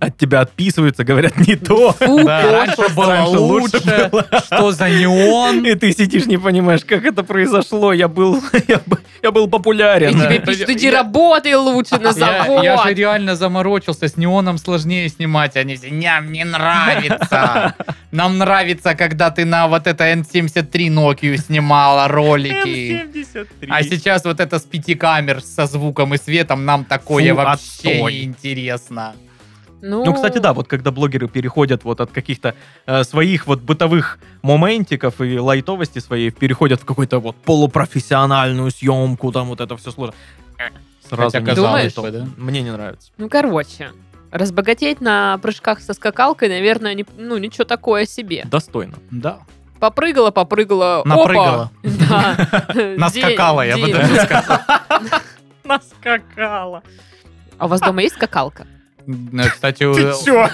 От тебя отписываются, говорят не то.
Фу, пошло.
раньше было
раньше лучше
лучше,
было.
что за неон.
И ты сидишь, не понимаешь, как это произошло. Я был, я, б- я был популярен.
И
Да.
тебе пишут, иди
Я-
работай лучше на Ну, завод.
Я, я же реально заморочился, с неоном сложнее снимать, они все, ням, не нравится. Нам нравится, когда ты на вот это N73 Nokia снимала ролики.
М73.
А сейчас вот это с пяти камер со звуком и светом нам такое
Фу,
вообще
отстой.
не интересно.
Ну, кстати, да, вот когда блогеры переходят вот от каких-то э, своих вот бытовых моментиков и лайтовости своей, переходят в какую-то вот полупрофессиональную съемку, там вот это все сложно. Э, Сразу
Хотя
не
казалось
Думаешь?
бы, да?
Мне не нравится.
Ну, короче, разбогатеть на прыжках со скакалкой, наверное, не- ну, ничего такое себе.
Достойно.
Да.
Попрыгала, попрыгала, опа!
Напрыгала.
Да.
Наскакала, я бы
День-
даже сказал.
Наскакала.
А у вас дома есть скакалка?
Ну, Кстати, у-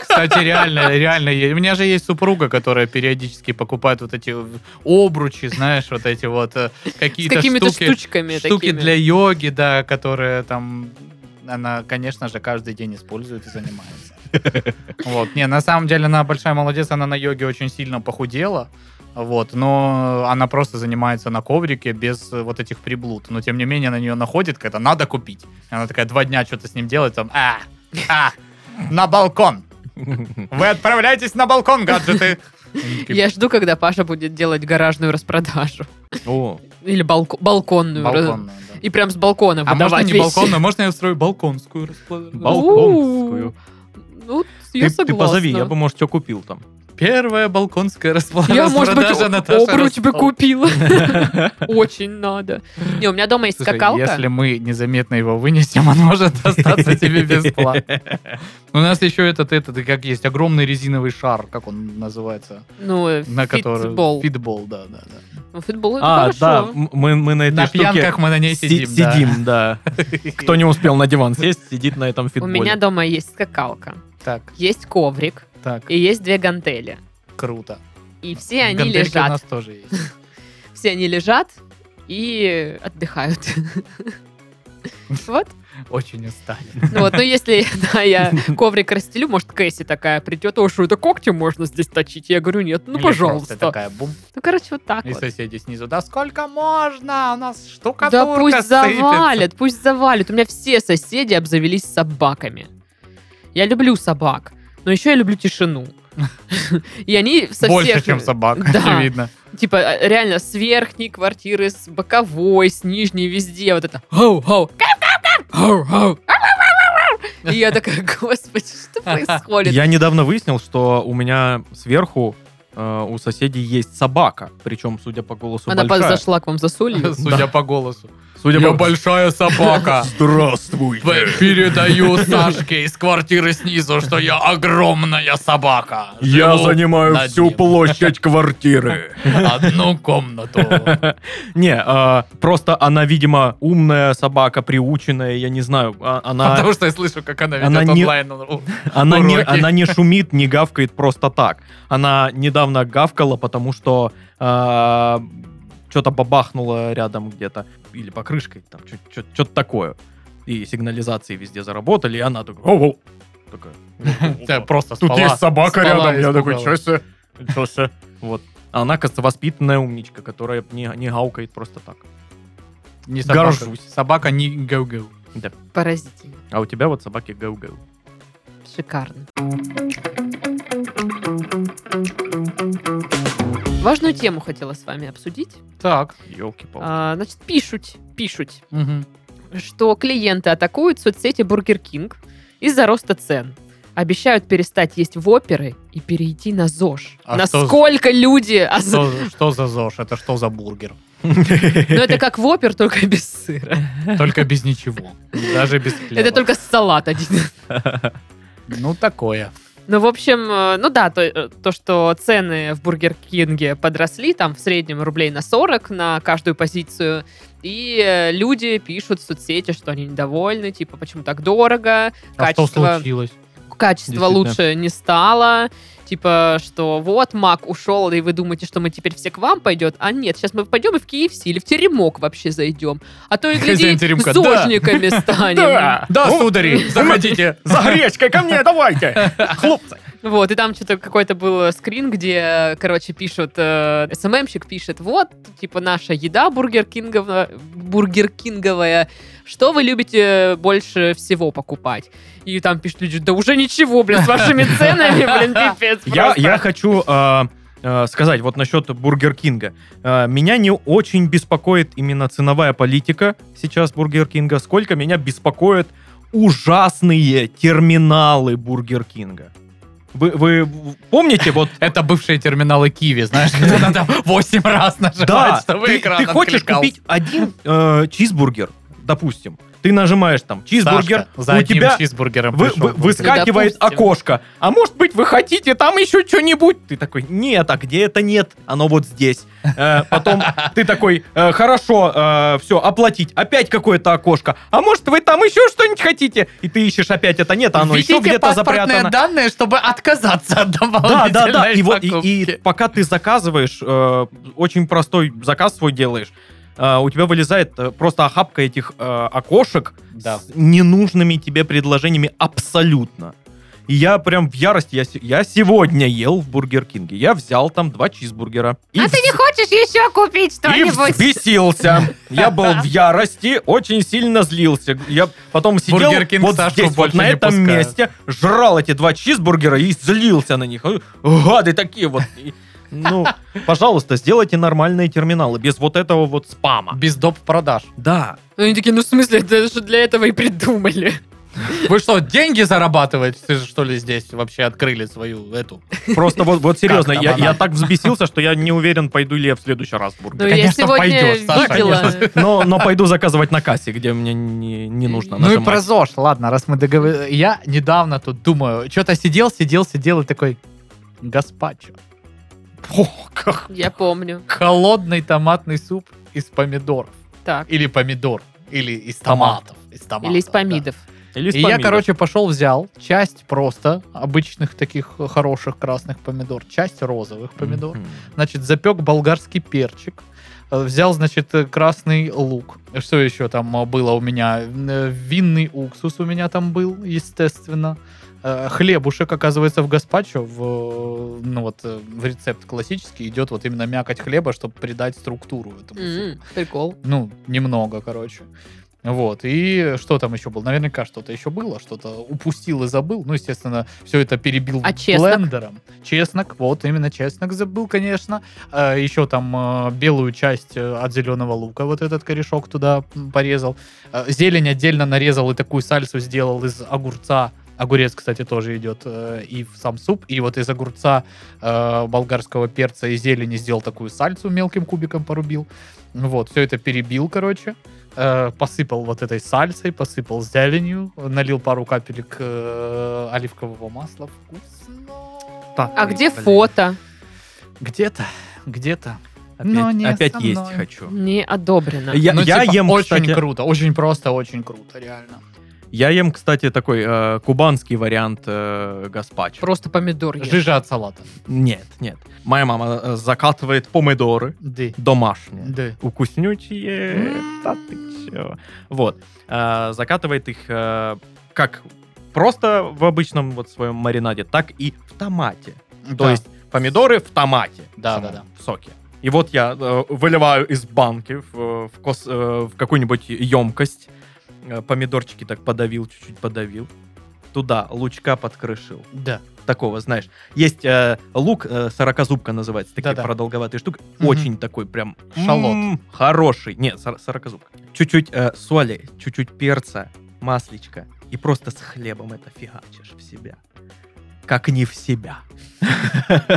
Кстати, реально, реально. е- У меня же есть супруга, которая периодически покупает вот эти обручи, знаешь, вот эти вот э,
С
какие-то
какими-то
штуки,
штучками
штуки
такими.
для йоги, да, которые там она, конечно же, каждый день использует и занимается. Вот. Не, на самом деле она большая молодец, она на йоге очень сильно похудела. Вот, но она просто занимается на коврике без э, вот этих приблуд. Но тем не менее на нее находит, когда надо купить. И Она такая два дня что-то с ним делает, там, а, а, на балкон. Вы отправляйтесь на балкон, гаджеты.
Я жду, когда Паша будет делать гаражную распродажу.
О,
Или балко- балконную.
Балкон.
Ну, И прям с балкона
А можно
выдавать
не
вещи.
балконную, можно я устрою балконскую распродажу.
Балконскую.
балконскую.
Ну, Типа, я
Ты, ты
согласна.
позови, я бы, может, что купил там.
Первая балконская распродажа.
Я, может быть,
Наташа
обруч бы
Распал.
купила. Очень надо. Не, у меня дома есть
Слушай,
скакалка.
если мы незаметно его вынесем, он может остаться тебе бесплатно. У нас еще этот, этот, как есть, огромный резиновый шар, как он называется,
Ну,
на который...
фитбол.
Фитбол, да, да, да.
Ну, Фитбол это
А, да,
хорошо.
м- мы, мы на этой
На
штуке
пьянках мы на ней
си-
сидим, да.
сидим, да. Кто не успел на диван сесть, сидит на этом
У
фитболе.
меня дома есть скакалка,
Так,
есть коврик
так,
и есть две гантели.
круто.
И все они
Гантельки у
лежат.
нас тоже есть.
Все они лежат и отдыхают. Вот.
Очень устали.
Ну вот, ну если да, я коврик расстелю, может, Кэсси такая придет, о, что это когти можно здесь точить? Я говорю, нет, ну,
Или
пожалуйста.
просто такая бум,
Ну, короче, вот так
и
вот.
соседи снизу. Да сколько можно? У нас штукатурка
Да пусть
сыпется».
завалят, пусть завалят. У меня все соседи обзавелись собаками. Я люблю собак, но еще я люблю тишину. И они со
Больше,
всех-
чем собак,
Да.
очевидно.
Типа, э, реально, с верхней квартиры, с боковой, с нижней, везде вот это «Хоу-хоу! Хоу-хоу!» И я такая, господи, что происходит?
Я недавно выяснил, что у меня сверху э, у соседей есть собака. Причем, судя по голосу,
Она
большая.
подошла к вам за солью.
Судя по голосу.
Судя
Я
по-
большая собака.
Здравствуйте.
П- Передаю Сашке из квартиры снизу, что я огромная собака.
Я
Живу
занимаю
на
всю
диване.
площадь квартиры.
Одну комнату.
Не, э, просто она, видимо, умная собака, приученная, я не знаю. а- Она,
Потому что я слышу, как она
Она
ведет
не-
онлайн. Ну, урок.
она, не,
уроки.
она не шумит, не гавкает просто так. Она недавно гавкала, потому что что-то бабахнуло рядом где-то. Или покрышкой, там, что-то такое. И сигнализации везде заработали, и она такая... «Оу-оу». Такая,
Да, Просто
Типа, Тут
спала.
есть собака
Спала
рядом.
и
Я такой,
испугалась.
чё Чё Вот. А Она, кажется, воспитанная умничка, которая не, не гаукает просто так.
Не собака.
Горжусь.
Собака не гоу-гоу.
Поразительно.
А у тебя вот собаки гау-гау.
Шикарно. Важную тему хотела с вами обсудить.
Так.
елки палки
А, значит, пишут, пишут,
мгм.
что клиенты атакуют соцсети Burger King из-за роста цен. Обещают перестать есть воперы и перейти на ЗОЖ.
А что
Насколько люди... оз-
Что что за ЗОЖ? Это что за бургер?
Ну, это как вопер, только без сыра.
Только без ничего. Даже без хлеба.
Это только салат один.
Ну, такое.
Ну, в общем, э, ну да, то, э, то, что цены в Бургер Кинге подросли, там в среднем рублей на 40 на каждую позицию, и э, люди пишут в соцсети, что они недовольны, типа, почему так дорого,
А что
качество,
случилось?
качество
Действительно.
лучше не стало, типа, что вот, Мак ушел, и вы думаете, что мы теперь все к вам пойдет, а нет, сейчас мы пойдем и в KFC или в теремок вообще зайдем, а то и гляди,
Хозяин теремка, да.
зожниками станем.
Да,
О,
судари, заходите.
За гречкой ко мне, давайте! Хлопцы!
Вот, и там что-то какой-то был э, скрин, где, короче, пишут, э, СММщик пишет, вот, типа, наша еда бургеркинговая, бургеркинговая, что вы любите больше всего покупать? И там пишут люди, да уже ничего, блин, с вашими ценами, блин, пипец. Капец,
Я,
просто.
я хочу э, э, сказать вот насчет Бургер Кинга. Э, меня не очень беспокоит именно ценовая политика сейчас Бургер Кинга, сколько меня беспокоят ужасные терминалы Бургер Кинга. Вы, вы помните вот...
Это бывшие терминалы Киви, знаешь, когда надо 8 раз нажимать, чтобы
ты,
экран
ты хочешь
откликался.
купить один э, чизбургер, допустим. Ты нажимаешь там чизбургер,
Сашка, за
у
одним
тебя
чизбургером
Вы-
А пришел
вы-
бургер.
выскакивает
Допустим.
окошко. А может быть, вы хотите там еще что-нибудь? Ты такой, нет, а где это нет? Оно вот здесь. Э, потом ты такой, «Э, хорошо, все, оплатить. Опять какое-то окошко. А может, вы там еще что-нибудь хотите? И ты ищешь опять это нет, а оно еще
Введите
где-то
паспортные
запрятано.
данные, чтобы отказаться от
Да,
дополнительной
да, да. И, вот, и, и
покупки.
пока ты заказываешь, э, очень простой заказ свой делаешь, э, у тебя вылезает э, просто охапка этих э, окошек
Да.
с ненужными тебе предложениями абсолютно. И я прям в ярости. Я, се- я сегодня ел в Бургер Кинге. Я взял там два чизбургера. И
А ты не хочешь еще купить
и
что-нибудь?
взбесился. Я был в ярости, очень сильно злился. Я потом сидел
Бургер Кинг
вот
Сашку
здесь, вот
больше
на
не
этом
пускает.
месте, жрал эти два чизбургера и злился на них. Гады такие вот. И, Ну, пожалуйста, сделайте нормальные терминалы, без вот этого вот спама.
Без доп. продаж.
Да.
Ну, Они такие, ну в смысле, это же для этого и придумали.
Вы что, деньги зарабатывать? Ты же, что ли, здесь вообще открыли свою эту?
Просто вот, вот серьезно,
там
я,
она?
я так взбесился, что я не уверен, пойду ли я в следующий раз в
Ну,
бургер.
я
конечно,
сегодня
пойдешь, Саша,
видела.
Но, но пойду заказывать на кассе, где мне не, не нужно
Ну и
нажимать.
про ЗОЖ, ладно, раз мы договорились. Я недавно тут думаю, что-то сидел, сидел, сидел и такой, гаспачо.
Ох, как-
Я помню.
Холодный томатный суп из помидоров.
Так.
Или помидор. Или из
Томат.
томатов. Из томатов,
Или из
да.
помидов.
Или с
И я,
помидор.
короче, пошел взял часть просто обычных таких хороших красных помидор, часть розовых помидор.
Мгм.
Значит, запек болгарский перчик. э, Взял, значит, э, красный лук. Что еще там э, было у меня? Э, Винный уксус у меня там был, естественно. Э, Хлебушек, оказывается, в гаспачо, в, э, ну вот, э, в рецепт классический идет вот именно мякоть хлеба, чтобы придать структуру этому супу.
М, М-м, Прикол.
Ну, немного, короче. Вот, и что там еще было? Наверняка что-то еще было, что-то упустил и забыл. Ну, естественно, все это перебил
А чеснок?
блендером. Чеснок, вот, именно чеснок забыл, конечно. еще там э, белую часть э, от зеленого лука, вот этот корешок туда м, порезал. Э, зелень отдельно нарезал и такую сальсу сделал из огурца. Огурец, кстати, тоже идет э, и в сам суп, и вот из огурца, э, болгарского перца и зелени сделал такую сальцу мелким кубиком порубил. Вот, все это перебил, короче. Э, посыпал вот этой сальсой, посыпал зеленью, налил пару капелек э, оливкового масла. Вкусно.
Так,
А
Ой,
где
блин.
фото?
Где-то, где-то.
Опять,
Но не
опять
со
есть
мной.
хочу.
Не одобрено.
Я,
Ну,
я
типа,
ем,
очень
кстати,
круто, очень просто, очень круто, реально.
я ем, кстати, такой э, кубанский вариант э, гаспачо.
Просто помидор ешь.
Жижа от салата.
Нет, нет. Моя мама э, закатывает помидоры
Да.
домашние.
Да.
укуснючие.
М.
Да ты чё. Вот. А, Закатывает их э, как просто в обычном вот своем маринаде, так и в томате. То
Да.
есть помидоры в томате.
Да,
самом,
да, да.
В соке. И вот я э, выливаю из банки в, в кос- э, в какую-нибудь емкость. Э, Помидорчики так подавил, чуть-чуть подавил. Туда лучка подкрышил
Да.
такого, знаешь. Есть э, лук, э, сорокозубка называется, такие
Да-да.
продолговатые штуки.
Мгм.
Очень такой прям
Шалот.
м, хороший. Нет, сор- сорокозубка. Чуть-чуть э, соли, чуть-чуть перца, масличка. И просто с хлебом это фигачишь в себя. Как не в себя.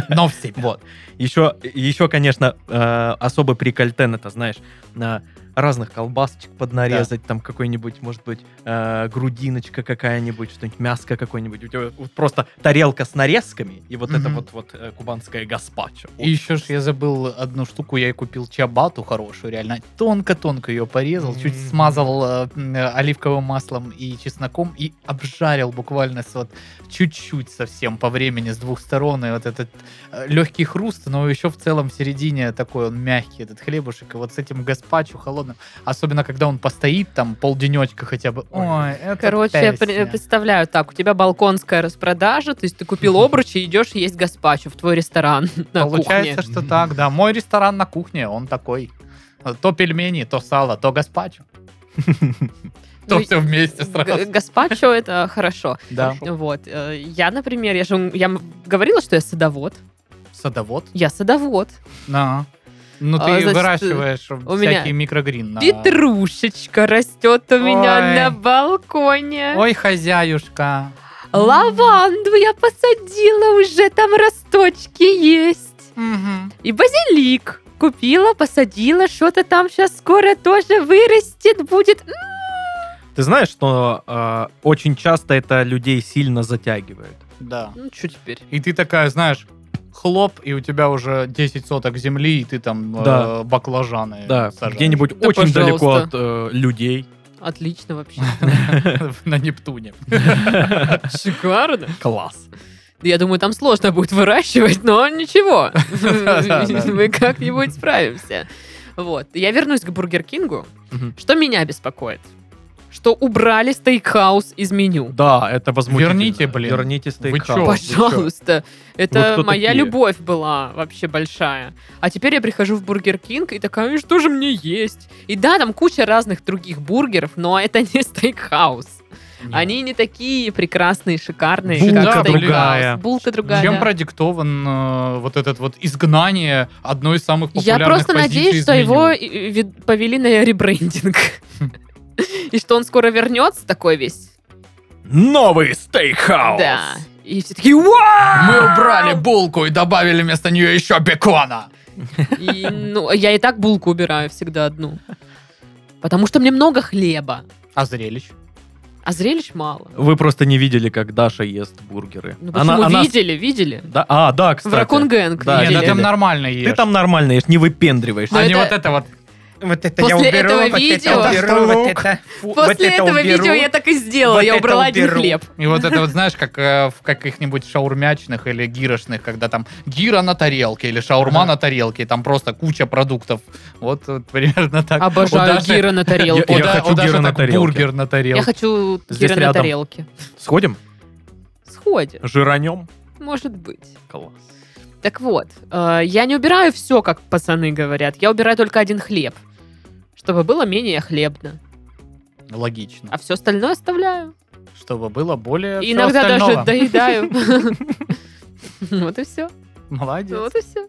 Но в себе.
Вот. Еще, еще конечно, э, особый прикольтен, это, знаешь, на разных колбасочек поднарезать, там какой-нибудь, может быть, э, грудиночка какая-нибудь, что-нибудь, мяско какое-нибудь. У тебя вот просто тарелка с нарезками, и вот это
Мгм.
вот, вот э, кубанское гаспачо.
И еще ж я забыл одну штуку, я и купил чабату хорошую, реально. Тонко-тонко ее порезал, чуть
Мгм.
смазал э, м, э, оливковым маслом и чесноком и обжарил буквально с вот чуть-чуть совсем по времени с двух сторон. И вот этот легкий хруст, но еще в целом в середине такой он мягкий, этот хлебушек. И вот с этим гаспачо холодным, особенно когда он постоит там полденечка хотя бы.
Ой.
Ой, это
Короче, я при-
песня.
представляю так, у тебя балконская распродажа, то есть ты купил обручи, идешь есть гаспачо в твой ресторан на
Получается,
кухне.
что так, да. Мой ресторан на кухне, он такой. То пельмени, то сало, то гаспачо. То
Ну,
все вместе
Г-
сразу.
Гаспачо это хорошо.
Да.
Вот. э, Я, например, я же я м- говорила, что я садовод.
Садовод?
Я садовод.
Да. Ну, ты
А, значит,
выращиваешь
у
всякие
меня
микрогрин. на-
Петрушечка растет у меня
Ой.
на балконе.
Ой, хозяюшка.
Лаванду я посадила, уже там росточки есть.
Мгм.
И базилик купила, посадила, что-то там сейчас скоро тоже вырастет, будет. М,
Ты знаешь, что э, очень часто это людей сильно затягивает.
Да.
Ну, что теперь?
И ты такая, знаешь, хлоп, и у тебя уже 10 соток земли, и ты там э,
Да.
баклажаны
Да,
сажаешь.
где-нибудь
Да,
очень далеко от
пожалуйста.
э, людей.
Отлично вообще.
на Нептуне.
Шикарно.
Класс.
Я думаю, там сложно будет выращивать, но ничего.
Да-да-да.
Мы как-нибудь справимся. Вот. Я вернусь к Бургер Кингу.
Мгм.
Что меня беспокоит? Что убрали стейкхаус из меню.
Да, это возмутительно.
Верните, блин.
Верните
чё?
стейкхаус.
Пожалуйста.
Вы
Это
кто
моя
такие?
любовь была вообще большая. А теперь я прихожу в Бургер Кинг и такая, «И что же мне есть? И да, там куча разных других бургеров, но это не стейкхаус. Они не такие прекрасные, шикарные,
Булка
как стейкхаус.
другая.
Булка другая.
Чем
да.
продиктован э, вот этот вот изгнание одной из самых
Я
популярных
просто
позиций
надеюсь,
из
что
меню?
его и- и вид- повели на ребрендинг. И что он скоро вернется такой весь.
Новый стейкхаус.
Да. И все такие, «Уа!»
Мы убрали булку и добавили вместо нее еще бекона.
И, Ну, я и так булку убираю всегда одну. Потому что мне много хлеба,
А зрелищ?
а зрелищ мало.
Вы просто не видели, как Даша ест бургеры.
Ну, почему?
она-
видели, видели.
Да, а, да,
В
кстати.
Ракунгэнг
Да,
Нет,
видели.
ты там
да.
нормально ешь.
Ты там нормально ешь, не выпендриваешься.
Но
а не
это-
вот это вот. А, Вот это
После этого видео... После этого видео я так и сделала.
вот
я
это
убрала один
уберу.
хлеб.
И вот это вот, знаешь, как э, в каких-нибудь шаурмячных или гирошных, когда там гира на тарелке или шаурма на тарелке, там просто куча продуктов. Вот, вот примерно так.
А
У
Обожаю
Даши-
гира на тарелке.
у
Я
Да-
хочу
у Даши
гира на
так
тарелке.
бургер на
Я
тарелке.
хочу
Здесь
гира на
рядом.
тарелке.
Сходим?
Сходим,
Жиранем?
может быть.
Класс.
Так вот, э, я не убираю все, как пацаны говорят. Я убираю только один хлеб, чтобы было менее хлебно.
Логично.
А все остальное оставляю.
Чтобы было более
И
всего
иногда даже
остального.
доедаю. Вот и все.
Молодец.
Вот и все.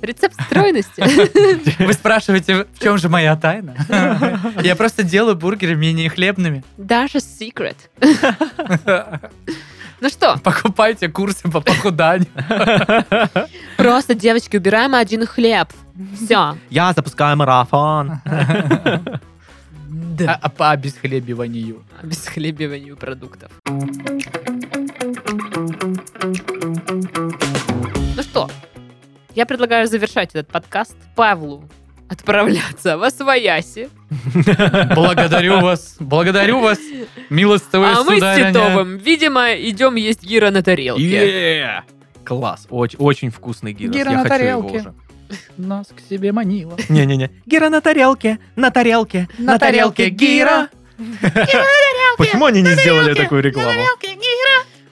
Рецепт стройности.
Вы спрашиваете, в чем же моя тайна? Я просто делаю бургеры менее хлебными.
Даша секрет. Ну что,
Покупайте курсы по похуданию.
просто, девочки, убираем один хлеб. Все.
Я запускаю марафон.
А а по обесхлебиванию.
Обесхлебиванию продуктов. Ну что, я предлагаю завершать этот подкаст Павлу отправляться во свояси.
Благодарю вас, благодарю вас, милостивые
а мы с
сударыня.
Титовым, видимо, идем есть гира на тарелке.
Е! Класс. Очень, очень вкусный гир.
Гира
Я
на
хочу его
тарелке.
уже.
Нас к себе манила.
Не-не-не. Гира на тарелке, на тарелке,
На тарелке гира.
Почему они не сделали такую рекламу?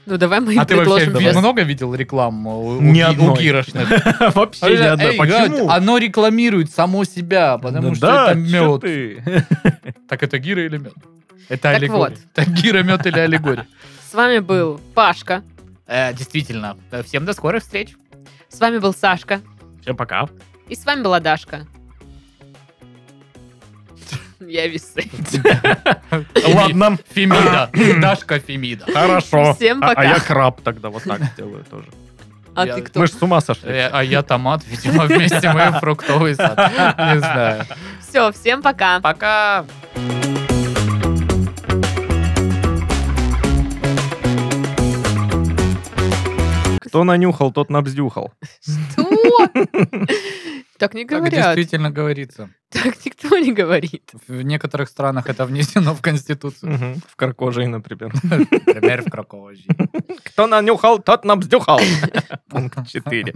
Ну давай мы
А
им
ты вообще
предложим.
ви-
сейчас.
много видел реклам э, у, у
Ни
ги- у
одной.
гирошных?
Вообще ни
Эй,
одной.
Галь,
Почему?
Оно рекламирует само себя, потому
Да,
что
да,
это
чё
мед.
ты?
Так это гира или мед? Это
Так
аллегория.
вот.
Так гира, мед или аллегория.
С вами был Пашка,
Э, Действительно. Всем до скорых встреч.
с вами был Сашка,
Всем пока.
и с вами была Дашка. Я весы.
Ладно.
Фемида. Дашка Фемида.
Хорошо.
Всем
А-
пока.
А я краб тогда вот так сделаю тоже.
А
Я-
ты кто?
Мы же с ума сошли.
Э, А я томат, видимо, вместе мы фруктовый сад. Не знаю.
Все, всем пока.
Пока.
Кто нанюхал, тот набздюхал.
Что? Так не
Так
говорят.
действительно говорится.
Так никто не говорит.
В некоторых странах это внесено в Конституцию.
Мгм. В Каркожей, например.
Например, в Кракове.
Кто нанюхал, тот набздюхал. Пункт 4.